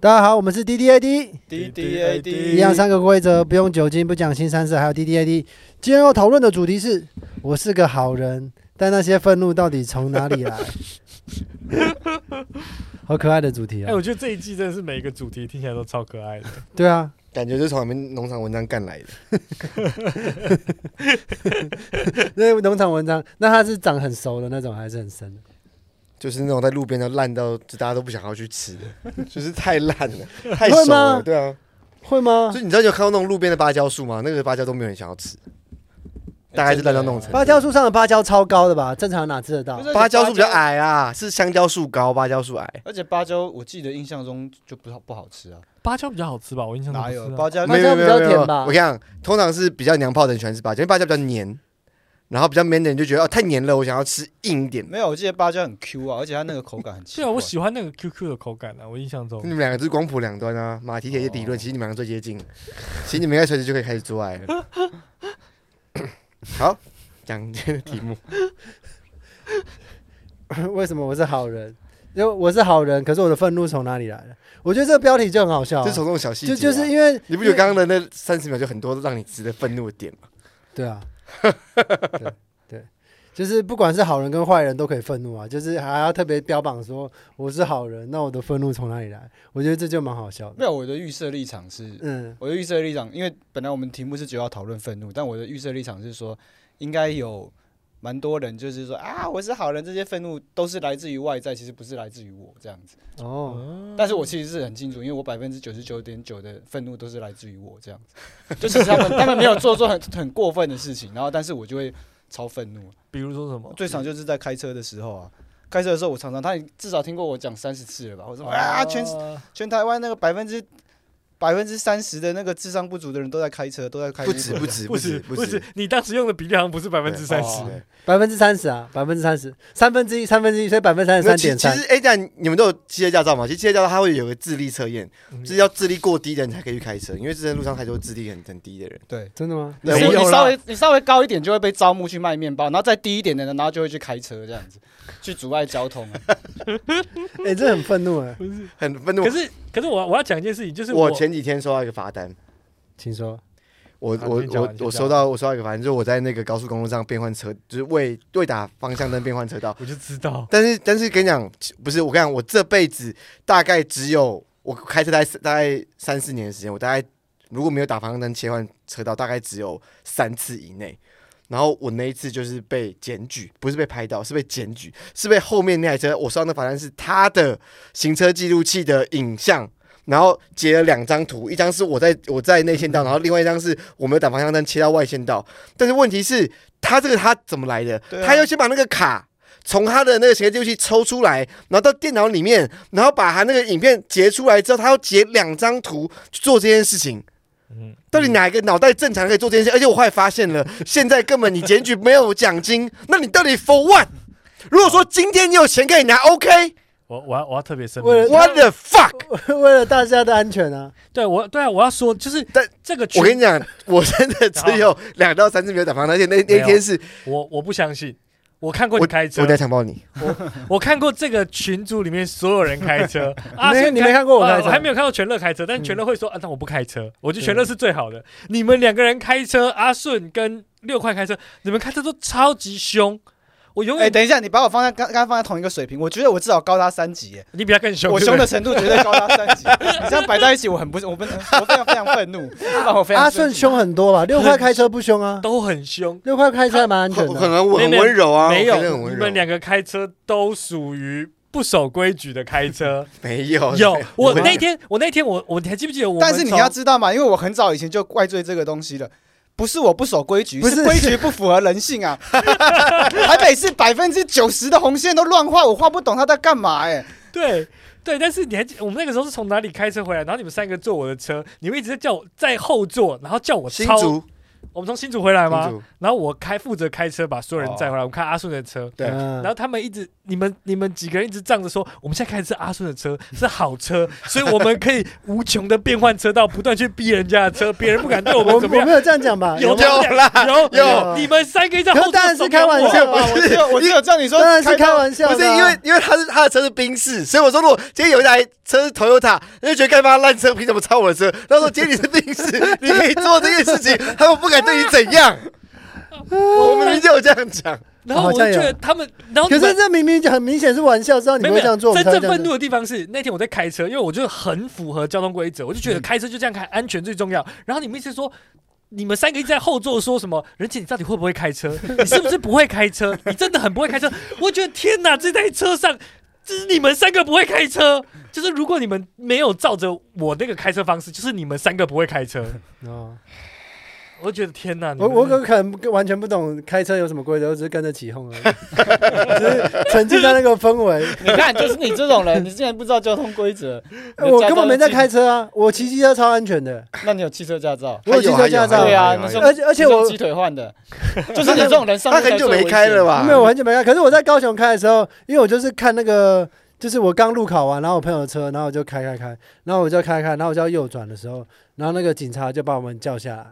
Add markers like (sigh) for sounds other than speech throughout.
大家好，我们是 D D A D， D D A DDAD D 一样三个规则，不用酒精，不讲新三色，还有 D D A D。今天要讨论的主题是：我是个好人，但那些愤怒到底从哪里 (laughs) 来？好可爱的主题哎、啊！我觉得这一季真的是每一个主题听起来都超可爱的。对啊，感觉是从你们农场文章干来的。那农场文章，那它是长很熟的那种，还是很深的？就是那种在路边都烂到就大家都不想要去吃的，就是太烂了，太会熟吗了，对啊。会吗所？以你知道有看到那种路边的芭蕉树吗？那个芭蕉都没有人想要吃，大概是烂到那种程芭蕉树上的芭蕉超高的吧？正常人哪吃得到啊不？是度。芭蕉树比较，矮啊，是香蕉树高，芭蕉树矮。而且芭蕉我记得印象中就不好不好吃啊， (laughs) 芭蕉比较好吃吧？我印象中哪不是啊有芭蕉？芭蕉比较甜吧我跟你讲，通常是比较娘炮的人喜欢吃芭蕉，因为芭蕉比较黏，然后比较 man 的人就觉得哦太黏了，我想要吃硬一点。没有，我记得芭蕉很 Q 啊，而且它那个口感很奇 (laughs) 对怪。啊，我喜欢那个 QQ 的口感啊，我印象中你。们两个就是光谱两端啊，马蹄铁的理论，哦其实你们两个最接近，其实你们应该随时就可以开始做爱了。好，讲今天的题目， (laughs) 为什么我是好人？因为我是好人，可是我的愤怒从哪里来的？我觉得这个标题就很好笑啊、就从这种小细节就啊，就是因为你不觉得刚刚的那三十秒就很多让你值得愤怒的点吗？对啊， (laughs) 对对，就是不管是好人跟坏人都可以愤怒啊，就是还要特别标榜说我是好人，那我的愤怒从哪里来？我觉得这就蛮好笑没的。有，我的预设立场是，嗯，我的预设立场，因为本来我们题目是只有要讨论愤怒，但我的预设立场是说，应该有蛮多人就是说啊，我是好人，这些愤怒都是来自于外在，其实不是来自于我这样子。哦，嗯但是我其实是很清楚，因为我百分之九十九点九的愤怒都是来自于我这样 (laughs) 子，就其实他们他们没有做出很很过分的事情，然后但是我就会超愤怒。比如说什么？哦最常就是在开车的时候啊，开车的时候我常常他至少听过我讲三十次了吧，我说啊，全全台湾那个百分之百分之三十的那个智商不足的人都在开车，都在开不止 Uber 不止不止是不不是，你当时用的比例好像不是百分之三十哦。对百分之三十啊，百分之三十，三分之一，三分之一，所以百分之三十没三有其点其三。实哎，但你们都有汽车驾照嘛？其实汽车驾照它会有个智力测验，嗯就是要智力过低的人才可以去开车，因为之前路上太多智力很很低的人。对。真的吗？哎你对稍我有你啦稍微你稍微高一点就会被招募去卖面包，然后再低一点的人，然后就会去开车这样子，去阻碍交通啊。哎、这很愤怒哎、很愤怒可。是可是我我要讲一件事情，就是我前几天收到一个罚单，请说。我好我你先讲我你先我讲收到我收到一个，反正就是我在那个高速公路上变换车，就是为为打方向灯变换车道。我就知道，但是但是跟你讲，不是我跟你讲，我这辈子大概只有我开车大概大概三四年的时间，我大概如果没有打方向灯切换车道，大概只有三次以内。然后我那一次就是被检举，不是被拍到，是被检举，是被后面那台车我收到那罚单是他的行车记录器的影像。然后截了两张图，一张是我在我在内线道，然后另外一张是我没有打方向灯切到外线道。但是问题是，他这个他怎么来的？对啊他要先把那个卡从他的那个行车记录器抽出来，然后到电脑里面，然后把他那个影片截出来之后，他要截两张图去做这件事情。嗯，到底哪一个脑袋正常可以做这件事？而且我后来发 (laughs) 现了，现在根本你检举没有奖金，那你到底 for what？如果说今天你有钱可以拿，OK，what、我我要我要特别声为了明， the fuck？ (laughs) 呃为了大家的安全啊，对我对啊，我要说就是，但这个群我跟你讲，我真的只 (laughs) 有哦两到三次没有打方向，而且那那一天是我我不相信，我看过你开车我，在强暴你，我看过这个群组里面所有人开车啊，没所以你没看过我呃开车我还没有看到全乐开车，嗯但是全乐会说、啊，但我不开车，我觉得全乐是最好的。你们两个人开车，阿顺跟六块开车，你们开车都超级凶，我永哎、远、等一下，你把我放在刚刚刚放在同一个水平，我觉得我至少高他三 (laughs) 级耶，你比他更凶，我对凶不对的程度绝对高他三级。 (laughs) 你这样摆在一起，我很不，我不， (laughs) 我非常非常愤怒，让我非常阿啊顺凶很多吧？六块开车不凶啊？都很凶。六块开车还蛮安全我的可啊。能我很温柔啊，没我可能很有，温你柔们两个开车都属于不守规矩的开车。 (laughs) 没哦有有，我会那天，我那天，我我你还记不记得我们但从？是你要知道嘛，因为我很早以前就怪罪这个东西了。不是我不守规 (laughs) 矩，不是是规矩不符合人性啊！ (laughs) 台北市百分之九十的红线都乱画，我画不懂他在干嘛哎、对对，但是你还记我们那个时候是从哪里开车回来？然后你们三个坐我的车，你们一直在叫我在后座，然后叫我新超。竹我们从新竹回来新吗？竹然后我开负责开车把所有人哦载回来，我们开阿顺的车。对嗯然后他们一直，你们你们几个人一直仗着说，我们现在开的是阿顺的车，是好车， (laughs) 所以我们可以无穷的变换车道，不断去逼人家的车，别人不敢对我们我怎我么样没。 (laughs) 有这样讲吧？有吗吗有啦，有有你们三个一在可后是座，当然是开玩笑吧我只有我只有叫你说当然是开到玩笑的啊，不是因为因为他是他的车是宾士，所以我说如果今天有一台车是 Toyota，你就觉得干嘛烂车凭什么超我的车？那时候今天你是病史，你可以做这件事情，他们不敢对你 (laughs) 怎样。我们明天有这样讲，然后好我就像有觉得他们，然后可哦你们是这明明就很明显是玩笑，知道你没们有会这样做，我没们有才会真正这样愤怒做。的地方是那天我在开车，因为我就很符合交通规则，我就觉嗯得开车就这样开，安全最重要。然后你们一直说。你们三个一直在后座说什么？仁姐，你到底会不会开车？ (laughs) 你是不是不会开车？你真的很不会开车。 (laughs) 我觉得天哪，这台车上，这是你们三个不会开车。就是如果你们没有照着我那个开车方式，就是你们三个不会开车。 (laughs) 哦，我觉得天哪，你我们我可可能完全不懂开车有什么规则，我只是跟着起哄而已，只是沉浸在那个氛围。你看，就是你这种人，你竟然不知道交通规则，你的我驾根照本没是在自己开车啊，我骑机车超安全的，那你有汽车驾照？我有汽车还驾还有照对啊，还有你还是有用而且而且你是用我鸡腿换的，哎就是你这种人上他路才很久没最危开险了？吧？没有，我很久没开。可是我在高雄开的时候，因为我就是看那个，就是我刚路考完，然后我朋友的车，然后我就开开开，然后我就开开，然后我就要右转的时候，然后那个警察就把我们叫下来，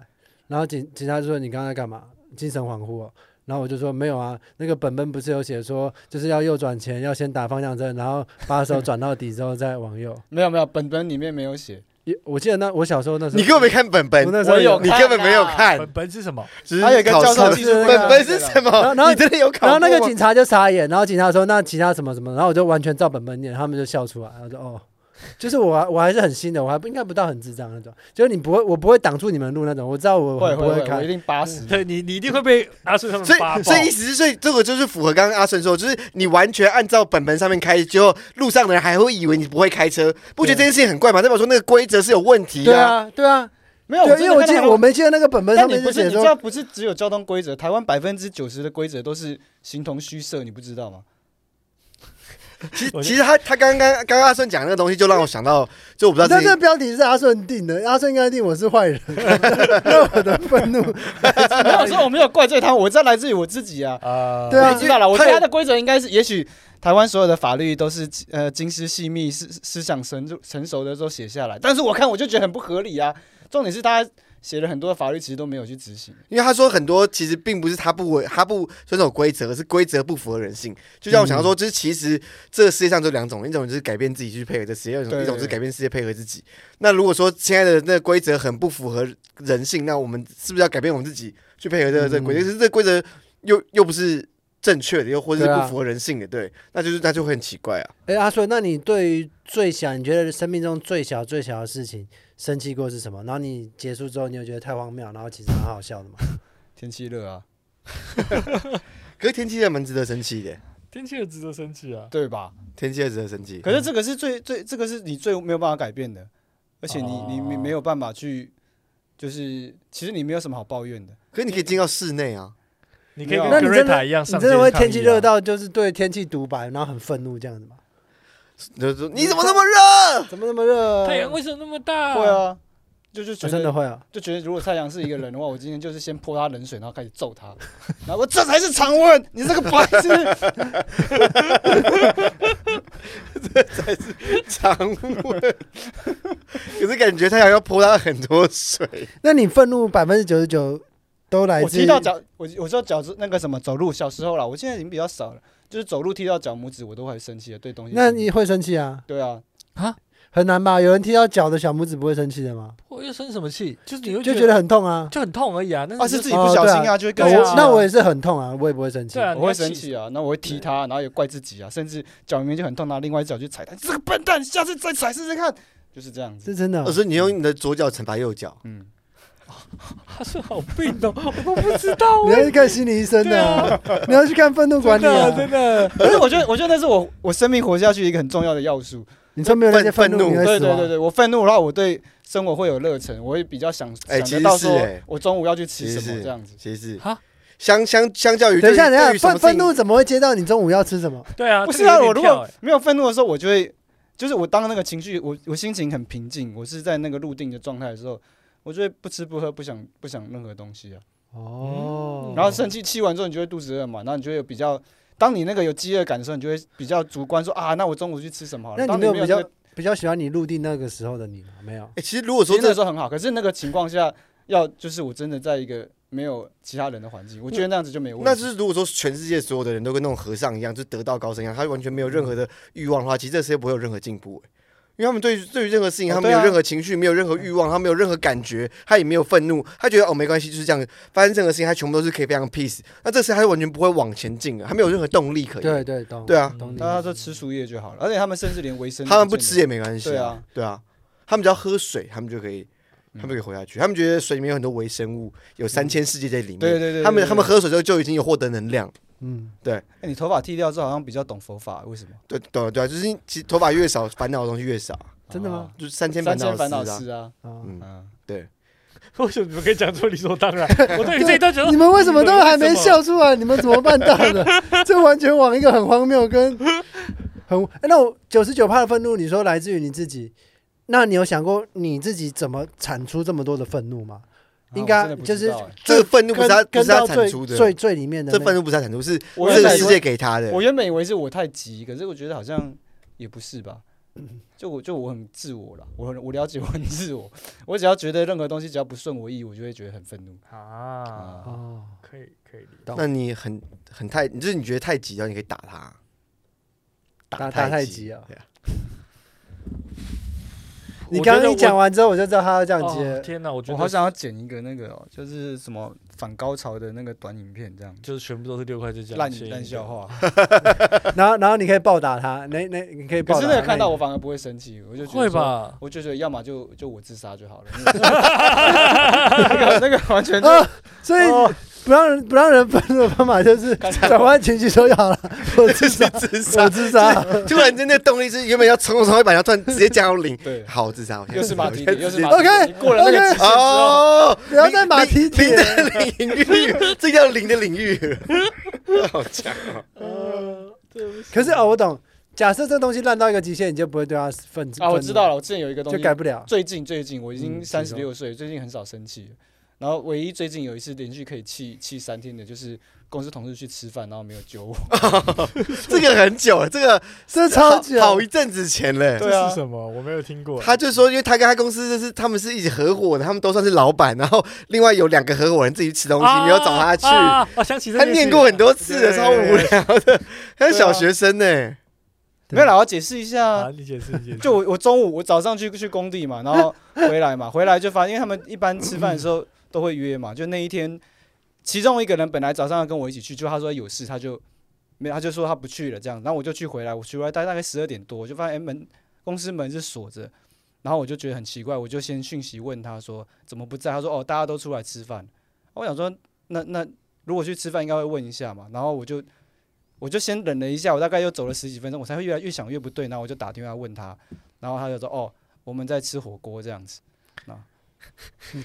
然后警警察就说你刚才干嘛？精神恍惚哦。然后我就说没有啊，那个本本不是有写说就是要右转前要先打方向灯，然后把手转到底之后再往右。 (laughs) 没有没有，本本里面没有写，也我记得那我小时候那时候，你根本没看本我本，那时候我有你根本没有看嗯本，本是什么？只是还有一个考教试授的技术那个规本范本是什么？然后你真的 (laughs) 有考过然后吗？那个警察就傻眼，然后警察说那其他什么什么，然后我就完全照本本念，他们就笑出来，然后说哦，就是我还我还是很新的，我还不应该不到很智障那种，就是你不会我不会挡住你们路那种，我知道我会很会不会会，我开一，定八嗯十。对你，你一定会被阿顺他们所发嗯爆。以，所以意思是，所以这个就是符合刚刚阿顺说，就是你完全按照本本上面开，结果路上的人还会以为你不会开车，不觉得这件事情很怪吗？代表说那个规则是有问题对的、啊。啊对啊，没有，对，因为我真记的看得到我没记得那个本本上但你面不就是写你知说道，不是只有交通规则，台湾百分之九十的规则都是形同虚设，你不知道吗？其实我，觉其实他他刚刚刚刚阿顺讲的那个东西，就让我想到，就我不知你知道道自这个己标题是阿顺定的，阿顺应该定我是坏人， (laughs) 那我的愤 (laughs) 怒，没有说我没有怪罪他，我这来自于我自己啊。啊，对啊我知道了，我他对有他的规则应该是，也许台湾所有的法律都是呃经思细密、思思想成熟成熟的时候写下来，但是我看我就觉得很不合理啊。重点是他写了很多的法律，其实都没有去执行。因为他说很多其实并不是他不违他不遵守规则，而是规则不符合人性。就像我想要说，就是其实这个世界上就两种，一种就是改变自己去配合这世界，一种对一种就是改变世界配合自己。那如果说现在的那个规则很不符合人性，那我们是不是要改变我们自己去配合这个这个规则？嗯可是这个规则又又不是正确的，又或者是对啊不符合人性的，对，那就是那就会很奇怪啊。哎，阿顺，那你对于最小，你觉得生命中最小最小的事情，生气过是什么？然后你结束之后，你有觉得太荒谬，然后其实蛮好笑的嘛？天气热啊，可是天气热蛮值得生气的，天气也值得生气啊。对吧？天气热值得生气。可是这个是最最这个是你最没有办法改变的，而且你你没哦没有办法去，就是其实你没有什么好抱怨的。可是你可以进到室内啊，你可以那跟你格真瑞的塔一样你上真街抗议啊，的会天气热到就是对天气独白，然后很愤怒这样子吗？就是说你怎么那么热？怎么那么热？太阳为什么那么大？会，啊，就就我觉真的得会啊！就觉得如果太阳是一个人的话，我 (laughs) 今天就是先泼他冷水，然后开始揍他， (laughs) 然后我这才是常温，你这个白 (laughs) 痴。 (laughs) 常温，可是感觉太阳要泼他很多水。那你愤怒百分之九十九都来我自于踢到脚，我我说脚趾那个什么走路，小时候啦，我现在已经比较少了，就是走路踢到脚拇指，我都会生气的，对东西。那你会生气啊？对啊，很难吧？有人踢到脚的小拇指不会生气的吗？我又生什么气？就是你又就觉觉得很痛啊！就很痛而已啊。那啊是是自自己己不小哦心对啊，就会那更对啊生我气。那我也是很痛啊，我也不会生气对。啊，我会你要生气啊，然后我会踢他，然后也怪自己啊，甚至脚明明就很痛，拿啊另外一脚去踩他，这个笨蛋，下次再踩试试看，就是这样子。是真的哦我，说你用你的左脚惩罚右脚，嗯，他是好病哦， (laughs) 我都不知道欸你要去看心理医生的啊，你要去看愤怒管真理啊的！真的，可是我觉得，我觉得那是我我生命活下去一个很重要的要素。你说没有那些愤愤怒怒，你会对死对亡对。对，我愤怒的话，我对生活会有热忱，我会比较想哎想其得实到是说哎，我中午要去其吃实什么是这样子。其实哈相相相较于等一下，对等于一对于什下，么愤事愤情怒怎么会接到你中午要吃什么？对啊，不这是个啊，有点我如果跳欸没有愤怒的时候，我就会，就是我当那个情绪，我我心情很平静，我是在那个入定的状态的时候，我就会不吃不喝，不想不想任何东西啊。哦，嗯然后生气气完之后，你就会肚子饿嘛，然后你就会有比较，当你那个有饥饿感的时候，你就会比较主观说啊，那我中午去吃什么好了。那你当你没有没比那较个比较喜欢你入定那个时候的你吗？没有。哎，其实如果其说实那这时候很好，可是那个情况下，要就是我真的在一个没有其他人的环境，我觉得那样子就没有问题。那就是如果说全世界所有的人都跟那种和尚一样，就得道高僧一样，他完全没有任何的欲望的话，其实这个世界不会有任何进步。哎因为他们对于对于任何事情，哦他没对有啊任何情绪，没有任何欲望，他没有任何感觉，他也没有愤怒，他觉得哦没关系，就是这样。发生任何事情，他全部都是可以非常 peace。那这时他是完全不会往前进的，他没有任何动力可言。对对懂，对嗯啊懂你大家都吃树叶就好了，而且他们甚至连维生他们不吃也也没关系。对啊，对啊，他们只要喝水，他们就可以，他嗯们就可以活下去。他们觉得水里面有很多微生物，有三千世界在里面。对对对对他们对他们喝水之后就已经有获得能量。嗯，哎，你头发剃掉之后好像比较懂佛法，为什么？对对啊对啊，就是其实头发越少，烦恼的东西越少，真的吗？就是三千啊三千烦烦恼恼丝啊。丝啊，啊，嗯，嗯，对， (laughs) 为什么你们可以讲出理所当然？我对于这一段觉得你们为什么都还没笑出来？你们怎么办到的？这完全往一个很荒谬跟很……哎那我九十九趴的愤怒，你说来自于你自己，那你有想过你自己怎么产出这么多的愤怒吗？应啊该我真的不就知是道哎这个愤怒不是他跟不跟是他到最产出最的，最里面的这那愤怒不是他产出，是我这原个本以世为界给他的我。原本以为是我太急，可是我觉得好像也不是 (laughs) 吧。就我就我很自我啦，我很我了解我很自我，我只要觉得任何东西只要不顺我意，我就会觉得很愤怒。啊，哦，可以可以理解。懂那你很很太，就是你觉得太急，然后你可以打他，打打太太极啊对啊你刚刚一我觉得讲完之后，我就知道他要这样我哦接。天哪，我觉我得好想要剪一个那个、哦，就是什么反高潮的那个短影片，这样就是全部都是六块就这样烂切一烂笑个。话。然后然后你可以暴打他，那那你可以 (laughs) 可暴是打那他。个 (laughs) 看到我反而不会生气，我就觉得会说？吧？我就觉得要么就就我自杀就 (laughs) 好了。那个那个完全就啊，所以哦不让人不让人愤怒的方法就是转换情绪说 (laughs) 好了，我自杀， (laughs) 自我自杀。突然间那动力是原本要冲冲一百，然后突然直接降到零。 (laughs) 对，好，我自杀，我现在又是马自蹄杀铁，又是马蹄 OK，铁，你过了那个 OK 极限之后，哦，不要再马蹄铁零的领域，这叫零的领域，好强哦！可是哦，我懂。假设这东西烂到一个极限，你就不会对他愤啊，我知道了，了，我之前有一个东就西改不了。最近最近我已啊嗯经请三说十六岁，最近很少生气了。然后唯一最近有一次连续可以气气三天的，就是公司同事去吃饭，然后没有揪我。这个很久了，这个这超好级好一阵子前了。对啊这是，什么？我没有听过。他就说，因为他跟他公司就是他们是一起合伙的，他们都算是老板，然后另外有两个合伙人自己去吃东西，没有找他去。啊啊我想起这他件念事过很多次了，对超无聊的，他是小学生呢。没有啦，我要解释一啊，下。理解是理解。就我我中午我早上去去工地嘛，然后回来嘛，回来就发现，因为他们一般吃饭的时候都会约嘛，就那一天，其中一个人本来早上要跟我一起去，就他说有事，他就没有，他就说他不去了这样，然后我就去回来，我去回来大大概十二点多，我就发现、哎门公司门是锁着，然后我就觉得很奇怪，我就先讯息问他说怎么不在，他说哦大家都出来吃饭，我想说那那如果去吃饭应该会问一下嘛，然后我就我就先忍了一下，我大概又走了十几分钟，我才会越来越想越不对，然后我就打电话问他，然后他就说哦我们在吃火锅这样子，啊，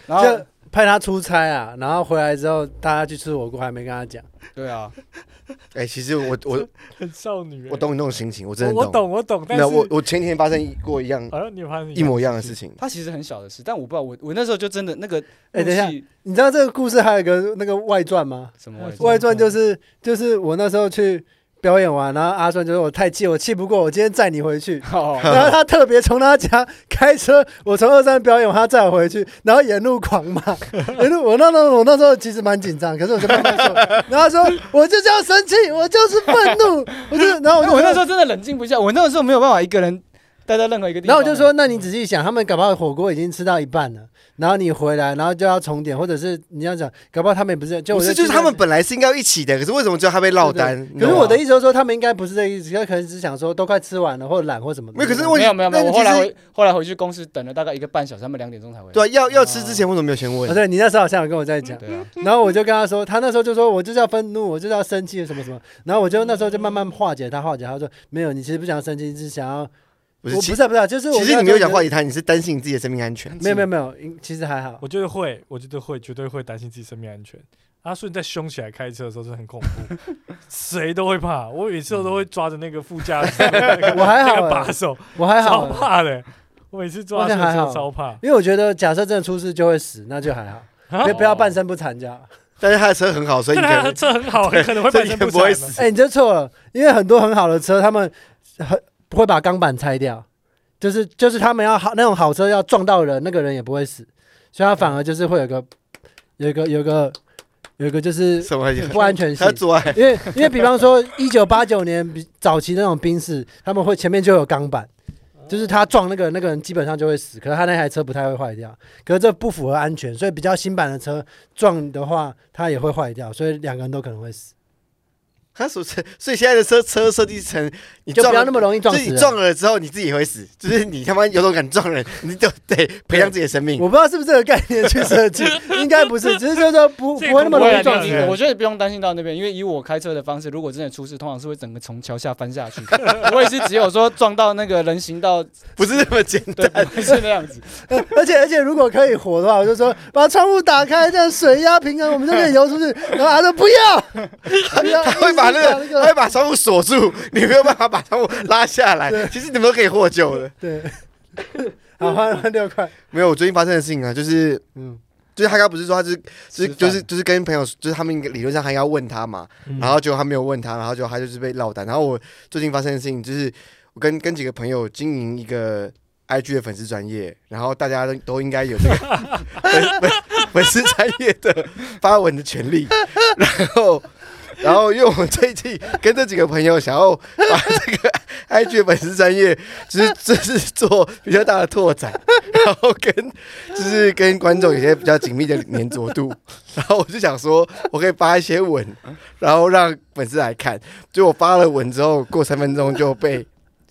然后就派他出差啊，然后回来之后大家去吃火锅，还没跟他讲。对啊，哎，其实我我很少女欸。我懂你那种心情，我真我，的我。懂，我懂。但是那我我前几天发生过一样好像你有发现一模一样的事情，他其实很小的事，但我不知道我我那时候就真的那个哎等一下怒气你知道这个故事还有一个那个外传吗？什么味道外传就是就是我那时候去表演完，然后阿顺就说我太气，我气不过，我今天载你回去。 (laughs) 哦，然后他特别从他家开车，我从二三表演完，他载我回去，然后沿路狂 (laughs) 骂，沿路我那时候我那时候其实蛮紧张，可是我就慢慢说，然后他说我就是要生气，我就是愤怒，我就然后我我就我那时候真的冷静不下，我那时候没有办法一个人待在任何一个地然方。后我就说，那你仔细想，他们搞不好火锅已经吃到一半了，然后你回来，然后就要重点，或者是你要讲，搞不好他们也不是，就不我是就是他们。本啊来是应该要一起的，可是为什么最后他被落单？可是我的意意思就是说，他们应该不是这个意思，他可能只是想说都快吃完了，或者懒或什么的。没有可是我问没题有没有没有，我那你后来其实回后来回去公司等了大概一个半小时，他们两点钟才回来。对啊，要要吃之前为什么没有先问？哦对你那时候好像有跟我在讲，对啊，然后我就跟他说，他那时候就说我就是要愤怒，我就是要生气什么什么，然后我就那时候就慢慢化解他，化解他说没有，你其实不想生气，你是想要不我是，不其是啊不是，就是我其实你没有想化，解他，你是担心你自己的生命安全。没有没有没有，其实还好，我觉得会，我觉得会，绝对会担心自己生命安全。阿顺在凶起来开车的时候是很恐怖，谁都会怕。我每次都会抓着那个副驾驶那个，我还好那个欸把手，我还超好，怕的。我每次我抓阿好像顺还的时候好超怕。因为我觉得假设真的出事就会死，那就还好，啊不不要半身不残这样。但是他的车很好，所以但你可他能的车很好，很可能会所半以你身可能不不会遂死。哎、你这错了，因为很多很好的车，他们很会把钢板拆掉，就是就是他们要好那种好车要撞到人，那个人也不会死，所以他反而就是会有个有一个有一个有一个就是什么？不安全性他。做爱，因为因为比方说一九八九年比早期那种宾士，他们会前面就有钢板，就是他撞那个那个人基本上就会死，可是他那台车不太会坏掉，可是这不符合安全，所以比较新版的车撞的话，它也会坏掉，所以两个人都可能会死，他所所以现在的车车设计成你就撞不要那么容易撞就是死啊你人。撞了之后你自己也会死，就是你他妈有种敢撞人，你就得赔上自己的生命。我不知道是不是这个概念去设计，应该不 (laughs) 是，只是就是说不这个不会那么容易撞死不会啊人我。觉得不用担心到那边，因为以我开车的方式，如果真的出事，通常是会整个从桥下翻下去。 (laughs) 我也是只有说撞到那个人行 (laughs) 道，不是那么简单。对，不是那样子。而且而且如果可以活的话，我就说把窗户打开，这样水压平衡，我们就可以游出去。然后他说不 (laughs) 要，不要他会把那一个，直打他会把窗户锁住，你没有办法把窗户拉下来。其实你们都可以获救的。对。 (laughs) 好，换换六块，没有，我最近发生的事情啊，就是嗯，就是他刚刚不是说他就吃是就是饭就是就是跟朋友，就是他们理论上还要问他嘛，嗯然后结果他没有问他，然后就他就是被落单。然后我最近发生的事情就是，我跟跟几个朋友经营一个 IG 的粉丝专业，然后大家都都应该有这 (laughs) 个粉粉粉丝专业的发文的权利。然后，然后因为我们最近跟这几个朋友想要把这个 IG 的粉丝专业，就是就是做比较大的拓展，然后跟就是跟观众有些比较紧密的粘着度。然后我就想说，我可以发一些文，然后让粉丝来看。结果发了文之后，过三分钟就被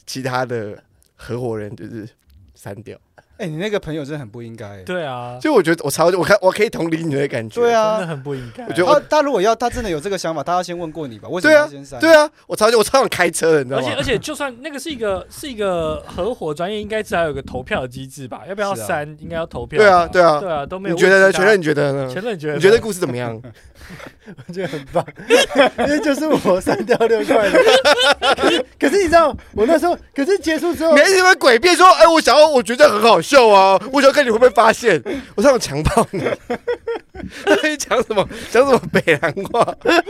其他的合伙人就是删掉。 (laughs) 哎、你那个朋友真的很不应该、欸。对啊，就我觉得我超我看我可以同理你的感觉。对真的啊，很不应该。我觉他得他如果要他真的有这个想法，他要先问过你吧？为什么对啊要先删？对啊，我超我超想开车的，你知道而吗且？而且，就算那个是一个是一个合伙专业，应该至少有个投票的机制吧？要不要是啊删？应该要投票吧。对啊，对啊。对啊，都没有你问题觉啊。得呢？全乐，你觉得呢？全乐，你觉得呢？你觉得故事怎么样？我觉得很棒，因为就是我删掉六块的。 (laughs) 可是你知道，我那时候，可是结束之后你，还是么诡辩说，哎，我想要，我觉得很好笑啊，我想要看你会不会发现，我上强暴你， (laughs) 在讲什么讲什么北洋话， (laughs)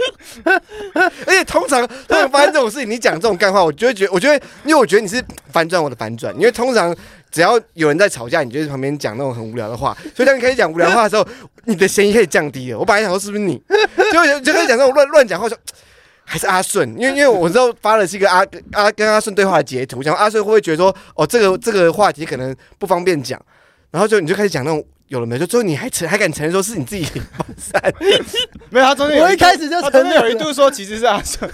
而且通常通常发生这种事情，你讲这种干话，我就会觉得，我觉得，因为我觉得你是反转我的反转，因为通常只要有人在吵架，你就在旁边讲那种很无聊的话，所以当你开始讲无聊的话的时候，你的嫌疑可以降低了。我本来想说是不是你，结果就就开始讲这种乱乱讲话，我说还是阿顺，因为因为我知道发的是一个阿阿跟阿顺对话的截图，想阿顺会不会觉得说，哦，这个这个话题可能不方便讲，然后就你就开始讲那种有了没有，就最后你还承还敢承认说是你自己放 (laughs) 散，没有，他中间有我一度开始就他中承认间有一度说其实是阿 (laughs) 顺，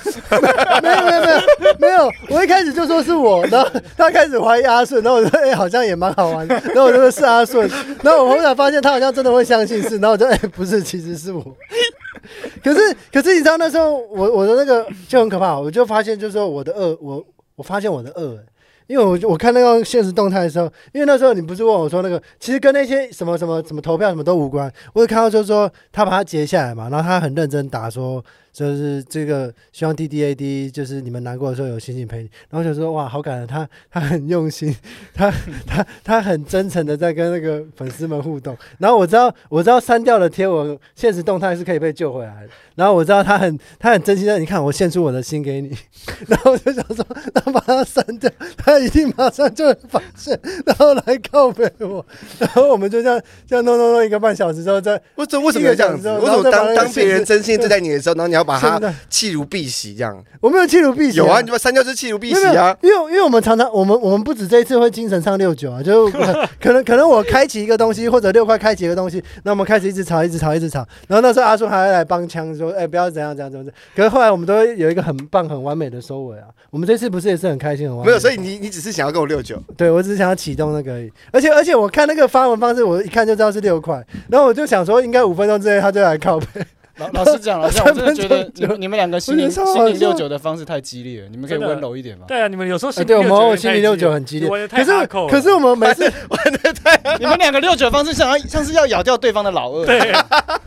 没有没有没有没有，我一开始就说是我，然后他开始怀疑阿顺，然后我说哎、好像也蛮好玩的，然后我就说是阿顺，然后我后来发现他好像真的会相信是，然后我就哎、不是其实是我， (laughs) 可是可是你知道那时候我我的那个就很可怕，我就发现就是说我的恶我我发现我的恶、因为我我看那个现实动态的时候，因为那时候你不是问我说那个，其实跟那些什么什么什么投票什么都无关，我有看到就是说他把它截下来嘛，然后他很认真打说，就是这个希望 D D A D 就是你们难过的时候有星星陪你，然后我想说哇好感人，他他很用心， (laughs) 他他他很真诚的在跟那个粉丝们互动，然后我知道我知道删掉的贴文现实动态是可以被救回来的，然后我知道他很他很真心的，你看我献出我的心给你， (laughs) 然后我就想说那把它删掉，他一定马上就会发现，然后来告白我， (laughs) 然后我们就这样这样弄弄弄一个半小时之后再为什么为什么要这样子？一个讲之后为什然后么再把那当个当别人真心对待你的时候，然后你要把他删掉弃如敝屣 (laughs) 这样？我没有气如敝屣、有啊，你把删掉就是弃如敝没有屣啊。没有因为因为我们常常我们我们不止这一次会精神上六九啊， (laughs) 就可可能可能我开启一个东西或者六块开启一个东西，那我们开始一直吵一直吵一直吵，然后那时候阿叔还会来帮腔说，哎、不要怎样怎样怎样，怎样可是后来我们都会有一个很棒很完美的收尾啊，我们这次不是也是很开心很完美的没有，所以你你只是想要跟我六九，对，我只是想要启动那个而已，而且而且我看那个发文方式，我一看就知道是六块，然后我就想说，应该五分钟之内他就来靠背，老老实讲，老实讲，我真的觉得三你分钟们你们两个心我灵觉得超好心灵笑六九的方式太激烈了，你们可以真的温柔一点嘛。对啊，你们有时候 (laughs) 哎心对，我们偶尔心心里六九很 (laughs) 激烈，可是可是我们每次你们两个六九的方式像像是要咬掉对方的老二。啊对。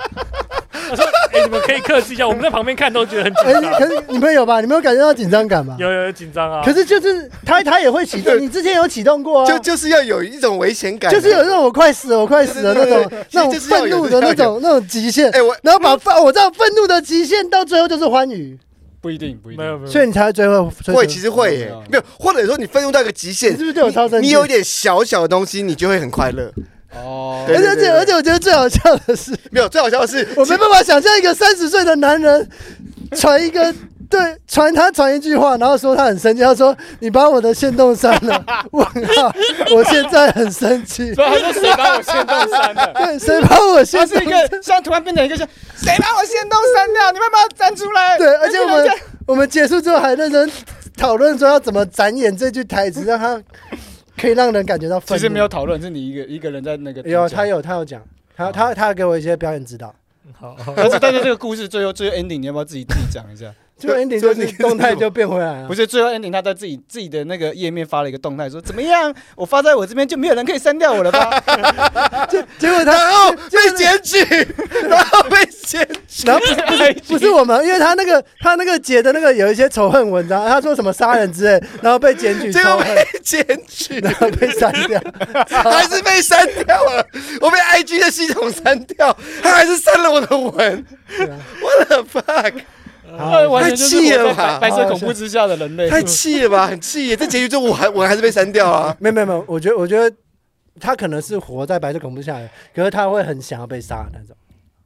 我说，哎，你们可以克制一下，我们在旁边看都觉得很哎、紧张，可是你们有吧？你们有感觉到紧张感吗？有有有紧张啊。可是就是他他也会启 (laughs) 动，你之前有启动过啊，就就就是要有一种危险感，啊是有那种我快死了，我快死了那对对种对对那其种实就是要愤有怒的那种那种极限，哎我然后把愤我知道愤怒的极限到最后就是欢愉，不一定，不一没有定。没有，所以你才会最后最后嗯会其实会耶我知道，没有，或者说你愤怒到一个极限你是，不是对我超生气？你有一点小小的东西，你就会很快乐。哦，而对且而且而且我觉得最好笑的是，没有，最好笑的是，我没办法想象一个三十岁的男人传一个对传他传一句话，然后说他很生气，他说你把我的线动删了，我靠，我现在很生气。 (laughs) 所以他说谁把我先动删的？对，谁把我他线是动一？个像突然变成一个像谁把我先动删掉？你们把它删出 (laughs) 来。对，而且我们我们结束之后还认真讨论说要怎么展演这句台词，让他可以让人感觉到愤其怒。实没有，讨论，是你一个一个人在那个有他有，有他有讲，他他他有给我一些表演指导。好，但是但是这个故事最后最后 ending 你要不要自己自己讲一下？就 ending 就就是是动态就变回来了不。是最后 ending 他在自己自己的那个页面发了一个动态说怎么样？我发在我这边就没有人可以删掉我了吧？结果他然后哦被检举， (laughs) 然后被检举，然后不是不是不是我们，因为他那个他那个截的那个有一些仇恨文章，他说什么杀人之类，然后被检举结仇果恨，被检举，然后被删掉。还是被删掉了。我被 IG 的系统删掉，他还是删了我的文。我的 fuck，好哦完全就是活在太气了吧白白色恐怖之下的人类。太气了吧，很气耶！这结局之后，我还我还是被删掉啊。没有没有没有，我觉得我觉得他可能是活在白色恐怖下的，可是他会很想要被杀的那种。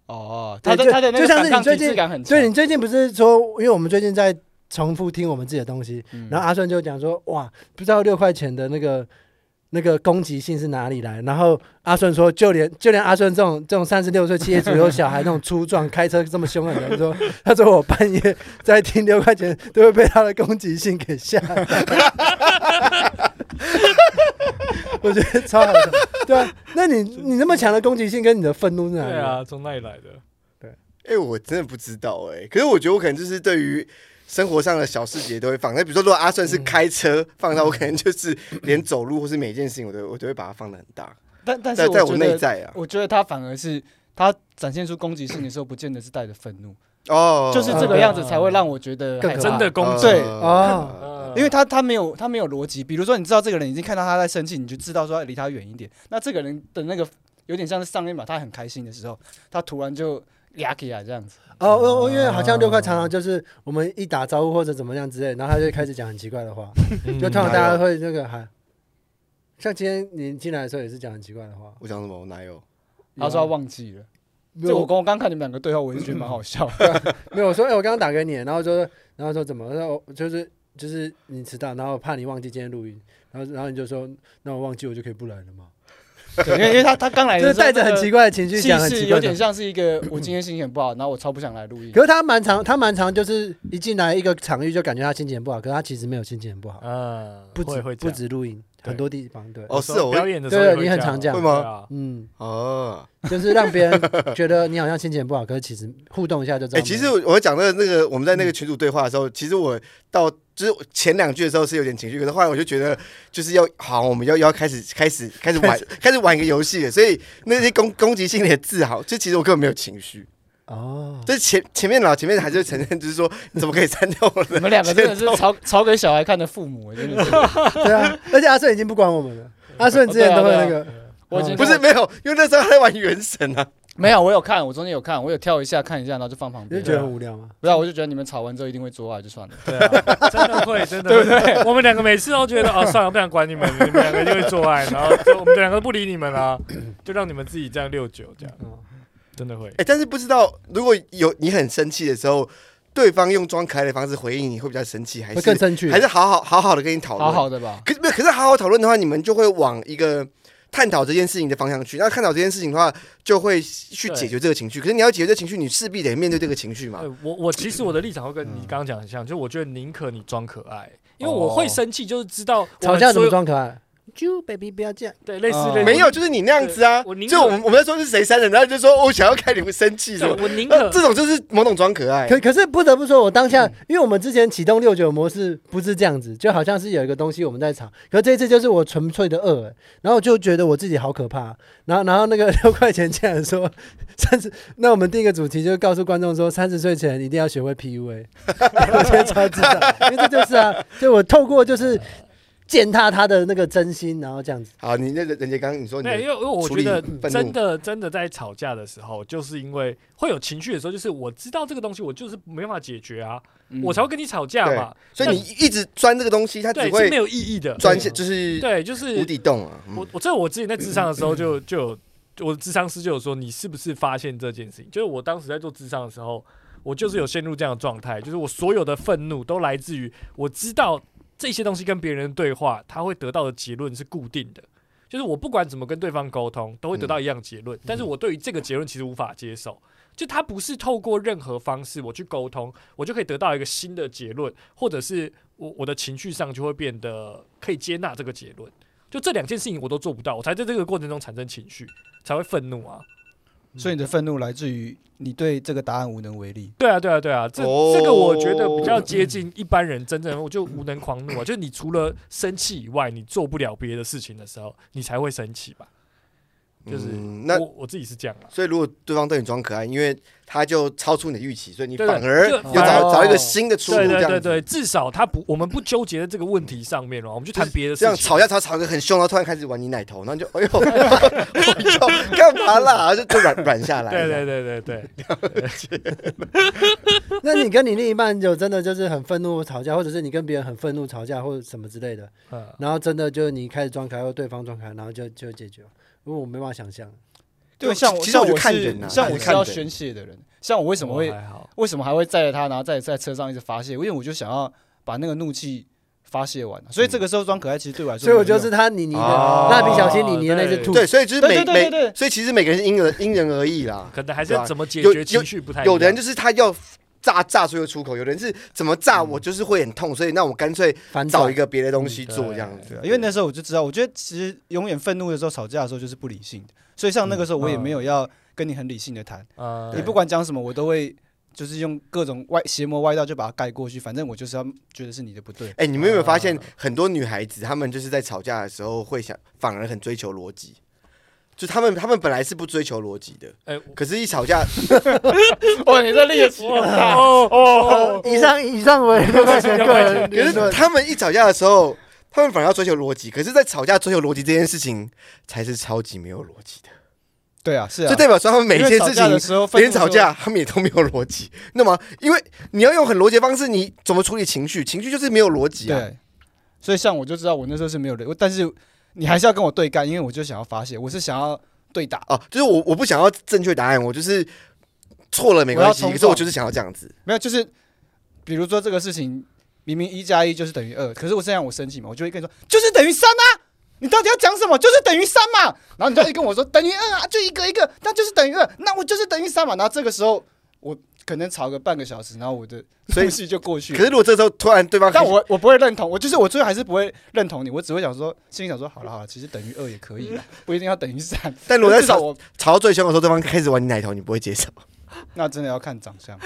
哦，他对的就他的那就个像是反抗你最体近制感很强所以。你最近不是说，因为我们最近在重复听我们自己的东西，嗯然后阿顺就讲说，哇，不知道六块钱的那个那个攻击性是哪里来。然后阿顺说，就连就连阿顺这种这种三十六岁企业主有小孩那种粗壮开车这么凶狠的人说， (laughs) 他说我半夜在听六块钱都会被他的攻击性给吓 (laughs) 到。我觉得超好的，对啊，那你你那么强的攻击性跟你的愤怒是哪里对来的？啊，从哪里来的？哎、我真的不知道哎、可是我觉得我可能就是对于生活上的小细节都会放。那比如说，如果阿顺是开车放到，我可能就是连走路或是每件事情，我都我都会把它放的很大，但但是在我在觉我内得，在啊。我觉得他反而是他展现出攻击性的时候，不见得是带着愤怒，哦，呃就是这个样子才会让我觉得更害怕可真怕的攻击，对啊哦因为他他没有他没有逻辑，比如说你知道这个人已经看到他在生气，你就知道说要哎离他远一点。那这个人的那个有点像是上一秒他很开心的时候，他突然就压起来这样子。哦，我我因为好像六块常常就是我们一打招呼或者怎么样之类，然后他就开始讲很奇怪的话，嗯就通常大家会那个喊，像今天你进来的时候也是讲很奇怪的话，我讲什么？我哪有？他说他忘记了。没这有我刚我刚看你们两个对话，我也是觉得蛮好笑。没有我说哎、我刚刚打给你，然后就然后说怎么，然后就是就是你迟到，然后怕你忘记今天录音，然后然后你就说那我忘记我就可以不来了嘛，对因为因为他他刚来就的是哎时候带着很 (laughs) 奇怪的情绪气讲很势奇有怪点的。像是一个我今天心情很不好，然后我超不想来录音 (laughs) 可。是他蛮常，他蛮常就是一进来一个场域就感觉他心情很不好，可是他其实没有心情很不好，嗯，不会止会这不样止录音，对很多地方对，哦，是哦，表我演的时候也对会你很这样常这样会吗对啊嗯。哦，就是让别人觉得你好像心情不好，可是其实互动一下就知哎、道。其实我我讲的那个我们在那个群组对话的时候，其实我到就是前两句的时候是有点情绪，可是后来我就觉得就是要好，我们要要开始开始开始玩开始玩一个游戏了，所以那些攻攻击性的字好，就其实我根本没有情绪。哦，就是前前面老前面还是承认，就是说你怎么可以删掉我你的？们两个真的是吵吵给小孩看的父母，真的是。 (laughs) 对啊，而且阿顺已经不管我们了，阿顺之前都会那个，我已经 (laughs) 不是没有，因为那时候他在玩原神啊。没有，我有看，我中间有看，我有跳一下看一下，然后就放旁你边就。觉得很无聊吗？不啊然我就觉得你们吵完之后一定会做爱，就算了。对 (laughs) 啊，真的会，真的会，对我们两个每次都觉得哦，算了，不想管你 (laughs) 们，你们两个就会做爱，然后就我们两个不理你们啦， (clears throat) 就让你们自己这样六九这样，嗯真的会哎、。但是不知道如果有你很生气的时候，对方用装可爱的方式回应你，会比较生气，还会更哎是生气，还是好好好好的跟你讨论？好好的吧，可是没有，可是好好讨论的话，你们就会往一个探讨这件事情的方向去。那探讨这件事情的话，就会去对解决这个情绪。可是你要解决这个情绪，你势必得面对这个情绪嘛。呃我我其实我的立场会跟嗯你刚刚讲很像，就我觉得宁可你装可爱，哦因为我会生气，就是知道我吵架怎们所么有装可爱？就 baby 不要这样，对类似哦类似没有，，就是你那样子啊对我。宁可就我们我们在说是谁删的，然后就说我哦想要看你们生气什对么。我宁那可 (laughs) 这种就是某种装可爱。可可是不得不说，我当下，因为我们之前启动六九模式不是这样子，就好像是有一个东西我们在吵，可是这一次就是我纯粹的恶、欸然后我就觉得我自己好可怕。然后然 (laughs) 后那个六块钱竟然说三十，那我们定一个主题，就告诉观众说三十岁前一定要学会 PUA，我觉得超智障，因为这就是啊， (laughs) 就我透过就是践踏他的那个真心，然后这样子。好，你那个人杰刚刚你说你对，因的为因为我处觉理得愤真怒，的真的在吵架的时候，就是因为会有情绪的时候，就是我知道这个东西我就是没办法解决啊，我嗯才会跟你吵架嘛，嗯所以你一直钻这个东西，它只对是会没有意义的，钻下就是对就是无底洞啊。嗯我我这我之前在智商的时候就就有，我的智商师就有说，你是不是发现这件事情？就是我当时在做智商的时候，我就是有陷入这样的状态，就是我所有的愤怒都来自于我知道这些东西跟别人的对话，他会得到的结论是固定的，就是我不管怎么跟对方沟通，都会得到嗯一样结论，但是我对于这个结论其实无法接受。就他不是透过任何方式我去沟通，我就可以得到一个新的结论，或者是我我的情绪上就会变得可以接纳这个结论。就这两件事情我都做不到，我才在这个过程中产生情绪，才会愤怒啊。所以你的愤怒来自于你对这个答案无能为力。对啊，对啊，对啊，这、哦这个我觉得比较接近一般人真正，我就无能狂怒啊，就是你除了生气以外，你做不了别的事情的时候，你才会生气吧？就是嗯那我我自己是这样啊。所以如果对方对你装可爱，因为他就超出你的预期，所以你对反对而就哦要找反而找一个新的出路，对这对对样子。对，至少他不，我们不纠结在这个问题上面了，我们去谈别的事这情。样吵架吵吵个很凶，然后突然开始玩你奶头，然后你就哎呦， (laughs) 哎呦干嘛啦？ (laughs) 就就软软下来。对对对对对， (laughs) 那你跟你另一半有真的就是很愤怒吵架，或者是你跟别人很愤怒吵架，或者什么之类的，嗯，然后真的就是你开始装可爱，或对方装可爱，然后就就解决了。因为我没办法想象，对，对像我其实像我就我看是人啊像还我是是看要人宣泄的人，像我为什么会我还好？为什么还会载着他，然后再在车上一直发泄？因为我就想要把那个怒气发泄完，啊所以这个时候装可爱其嗯实对我来说所没以有我用，就是他你你的哦蜡笔小新你你的那只对兔，对，所以就是每对对对对每，所以其实每个人是因人因人而异啦。可能还是对啊怎么解有决情绪不太一样。有的人就是他要炸炸出一个出口，有的人是怎么嗯炸我就是会很痛，所以那我干脆反找一个个别的东西对做这样子对啊。因为那时候我就知道，我觉得其实永远愤怒的时候吵架的时候就是不理性的，所以像那个时候我也没有要跟你很理性的谈，呃，你不管讲什么，我都会就是用各种歪邪魔歪道就把它盖过去，反正我就是要觉得是你的不对。哎、你们有没有发啊现很多女孩子，她们就是在吵架的时候会想，反而很追求逻辑。就她们，她们本来是不追求逻辑的，哎可是一吵架，哇，你在猎奇我哦哦， (laughs) 以上以上为六块钱个人 (laughs) 可是言论，她们一吵架的时候，她们反而要追求逻辑。可是，在吵架追求逻辑这件事情，才是超级没有逻辑的。对啊，是啊，就代表说，她们每因一为件吵事架的情，时候，别人吵架，他们也都没有逻辑。那么，因为你要用很逻辑的方式，你怎么处理情绪？情绪就是没有逻辑啊。对，所以像我就知道我那时候是没有的，我但是你还是要跟我对干，因为我就想要发泄，我是想要对打，哦、就是我我不想要正确答案，我就是错了没我要关系。冲可是我撞就是想要这样子。没有就是比如说这个事情明明一加一就是等于二，可是我现在我生气嘛，我就会跟你说就是等于三啊。你到底要讲什么？就是等于三嘛，然后你就一直跟我说等于二啊，就一个一个，那就是等于二，那我就是等于三嘛。然后这个时候我可能吵个半个小时，然后我的所以东西就过去了可。是如果这时候突然对方很，但我我不会认同，我就是我最后还是不会认同你，我只会想说，心里想说，好了好了，其实等于二也可以啦，不一定要等于 (laughs) 三。但如果在至少吵我吵到最凶的时候，对方开始玩你奶头，你不会接受。那真的要看长相，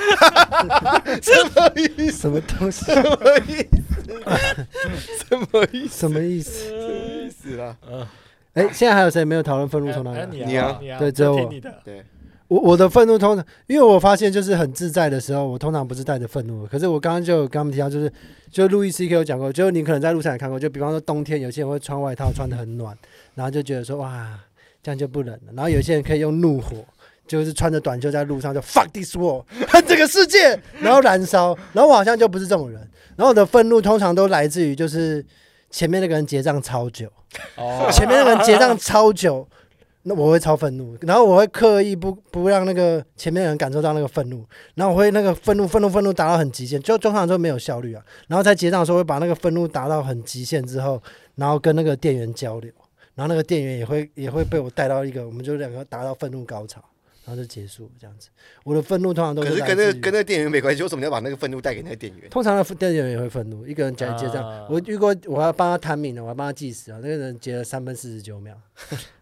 什么东西？ (laughs) 什么意思？是啦，哎，现在还有谁没有讨论愤怒从哪里哎来？你你啊你啊，对只有我听我你的，对，我我的愤怒通常，因为我发现就是很自在的时候，我通常不是带着愤怒的。可是我刚刚就有跟他们提到，就是就路易 C K 有讲过，就你可能在路上也看过，就比方说冬天有些人会穿外套穿的很暖，然后就觉得说哇这样就不冷了。然后有些人可以用怒火，就是穿着短袖在路上就 fuck this world (laughs) 恨这个世界，然后燃烧。然后我好像就不是这种人，然后我的愤怒通常都来自于就是前面那个人结账超久。哦 (laughs) 前面那个人结账超久，那我会超愤怒，然后我会刻意不不让那个前面的人感受到那个愤怒，然后我会那个愤怒愤怒愤怒达到很极限，就通常都没有效率啊。然后在结账的时候会把那个愤怒达到很极限之后，然后跟那个店员交流，然后那个店员也会也会被我带到一个，我们就两个达到愤怒高潮，然后就结束这样子。我的愤怒通常都可是来跟那自个于跟那个店员没关系，为什么你要把那个愤怒带给那个店员？通常的店员也会愤怒，一个人结结账，啊我遇过我要帮他摊名的，我要帮他计时啊，那个人结了三分四十九秒，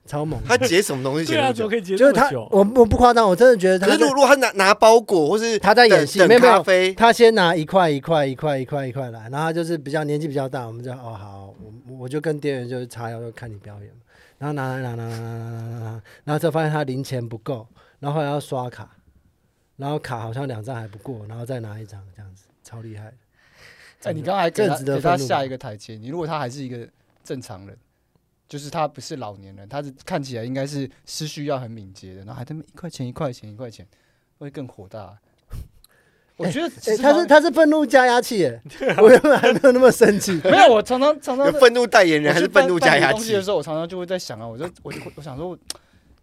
超猛的。他结什么东西结对那啊，么怎么久？可以结就是这他么，久？我我不夸张，我真的觉得可他是如在果如果他拿拿包裹或是他在演戏，等没有没咖有，啡，他先拿一块一块一块一块一块来，然后他就是比较年纪比较大，我们就哦好，我我就跟店员就是叉腰就看你表演嘛，然后拿拿拿拿拿拿拿拿拿，然后就发现他零钱不够，然后后来要刷卡，然后卡好像两张还不过，然后再拿一张这样子，超厉害的。哎，你刚才给他这值得给他愤怒下一个台阶，你如果他还是一个正常人，就是他不是老年人，他是看起来应该是思绪要很敏捷的，然后还他妈一块钱一块钱一块钱，会更火大。 (laughs) 我觉得其哎、实他是他是愤怒加压器耶，我原本还没有那么生气。没有，我常常常常有愤怒代言我 (laughs) 人还去是愤怒办加办理压东西器的？时候，我常常就会在想啊，我就我就我想说，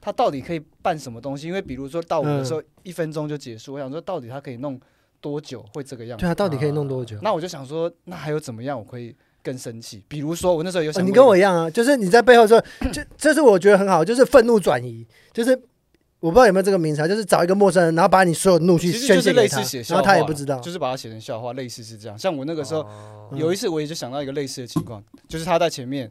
他到底可以办什么东西？因为比如说到我的时候，嗯一分钟就结束，我想说到底他可以弄多久会这个样子？对啊，到底可以弄多久？那我就想说，那还有怎么样我可以更生气？比如说我那时候有哦呃想、你跟我一样啊，就是你在背后说， (coughs) 这这是我觉得很好，就是愤怒转移，就是我不知道有没有这个名词啊，就是找一个陌生人，然后把你所有怒气其实就宣是泄类给他似写，笑然话后啦，他也不知道。就是把它写成笑话，类似是这样。像我那个时候、哦嗯有一次，我也就想到一个类似的情况，就是他在前面，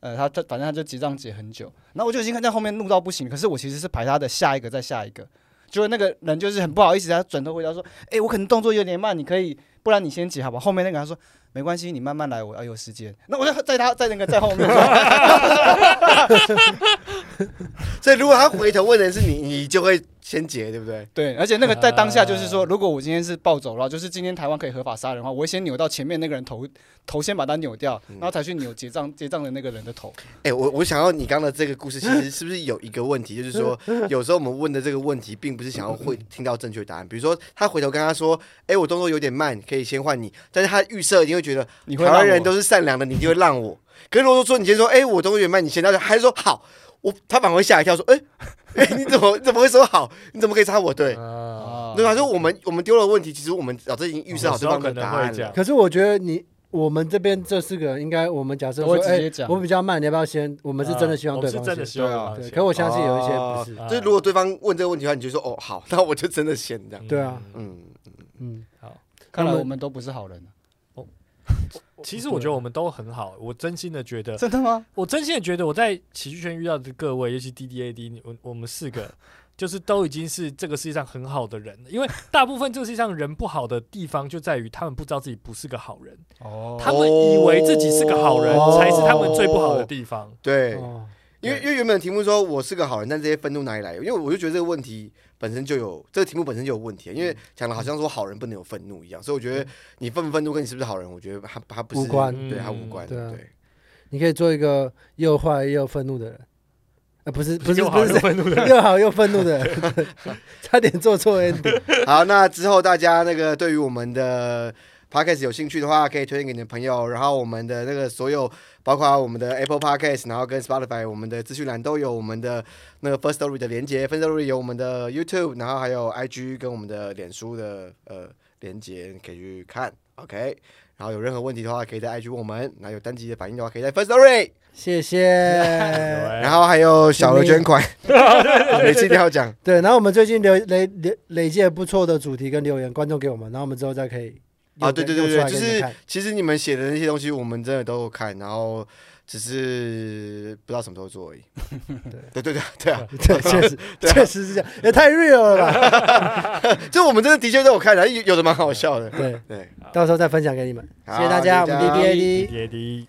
呃，他他反正他就结账结很久，然后我就已经看在后面怒到不行，可是我其实是排他的下一个再下一个，结果那个人就是很不好意思，他转头回答说：“哎、我可能动作有点慢，你可以，不然你先结好吧。”后面那个人说。没关系，你慢慢来，我要有时间。那我就在他在那个在后面， (laughs) 所以如果他回头问的是你， (laughs) 你就会先结，对不对？对，而且那个在当下就是啊说，如果我今天是暴走了，就是今天台湾可以合法杀人的话，我会先扭到前面那个人头，头先把他扭掉，嗯然后才去扭结账结账的那个人的头。哎、我我想要你刚刚的这个故事，其实是不是有一个问题，就是说，有时候我们问的这个问题，并不是想要会听到正确答案。比如说，他回头跟他说：“哎、我动作有点慢，可以先换你。”但是他预设一定会觉得你会台让我湾人都是善良的，你就会让我。可是如果说你先说：“哎、我动作有点慢，你先。”他就还说好，我他反而会吓一跳，说：“哎、 (laughs) 哎、你怎么你怎么会说好？你怎么可以插我？”对，啊，啊对吧？就我们我们丢了问题，其实我们早就已经预设好有时对候方可的能答会案这样了。可是我觉得你我们这边这四个人，应该我们假设都会说，直哎接，讲我比较慢，你要不要先？我啊我们是真的希望对们方是真的先。希望对方对，先可我相信有一些哦不是。啊就是如果对方问这个问题的话，你就说：“哦，好，那我就真的先这样。对啊嗯”嗯。嗯，好。看来那么我们都不是好人、啊嗯其实我觉得我们都很好，我真心的觉得，真的吗？我真心的觉得我在喜剧圈遇到的各位，尤其 D D A D，我我们 (laughs) 四个就是都已经是这个世界上很好的人了，因为大部分这个世界上人不好的地方就在于他们不知道自己不是个好人，哦他们以为自己是个好人哦才是他们最不好的地方。对，哦，因为对因为原本的题目说我是个好人，但这些愤怒哪里来？因为我就觉得这个问题本身就有这个题目本身就有问题，因为讲的好像说好人不能有愤怒一样，所以我觉得你愤不愤怒跟你是不是好人，我觉得他他不是无关对他嗯无关，对啊对，你可以做一个又坏又愤怒的人，呃，不是不是又不好又是愤怒 (laughs) 的人，又好又愤怒的人， (laughs) 差点做错 ending。 (laughs) 好，那之后大家那个对于我们的 podcast 有兴趣的话，可以推荐给你的朋友。然后我们的那个所有，包括我们的 Apple Podcast，然后跟 Spotify，我们的资讯栏都有我们的那个 First Story 的连接。First Story 有我们的 YouTube，然后还有 IG 跟我们的脸书的呃连接，你可以去看。OK。然后有任何问题的话，可以在 IG 问我们。然后有单集的反应的话，可以在 First Story。谢谢。 (laughs) 然然后还有小额捐款， (laughs) 每次一定要讲。对，然后我们最近留累累累积了不错的主题跟留言，观众给我们，然后我们之后再可以啊，用对对用对出来对，就给你们是看 (laughs) 其实你们写的那些东西，我们真的都有看，然后只是不知道什么时候做 (laughs) 而已。对对对对啊，对，确 (laughs) 实确实是这样，也太 real 了吧？就我们真的的确都有看，然后有有的蛮好笑的。对，对，到时候再分享给你们，谢好谢大家，我就这们样 D D A D。爹地。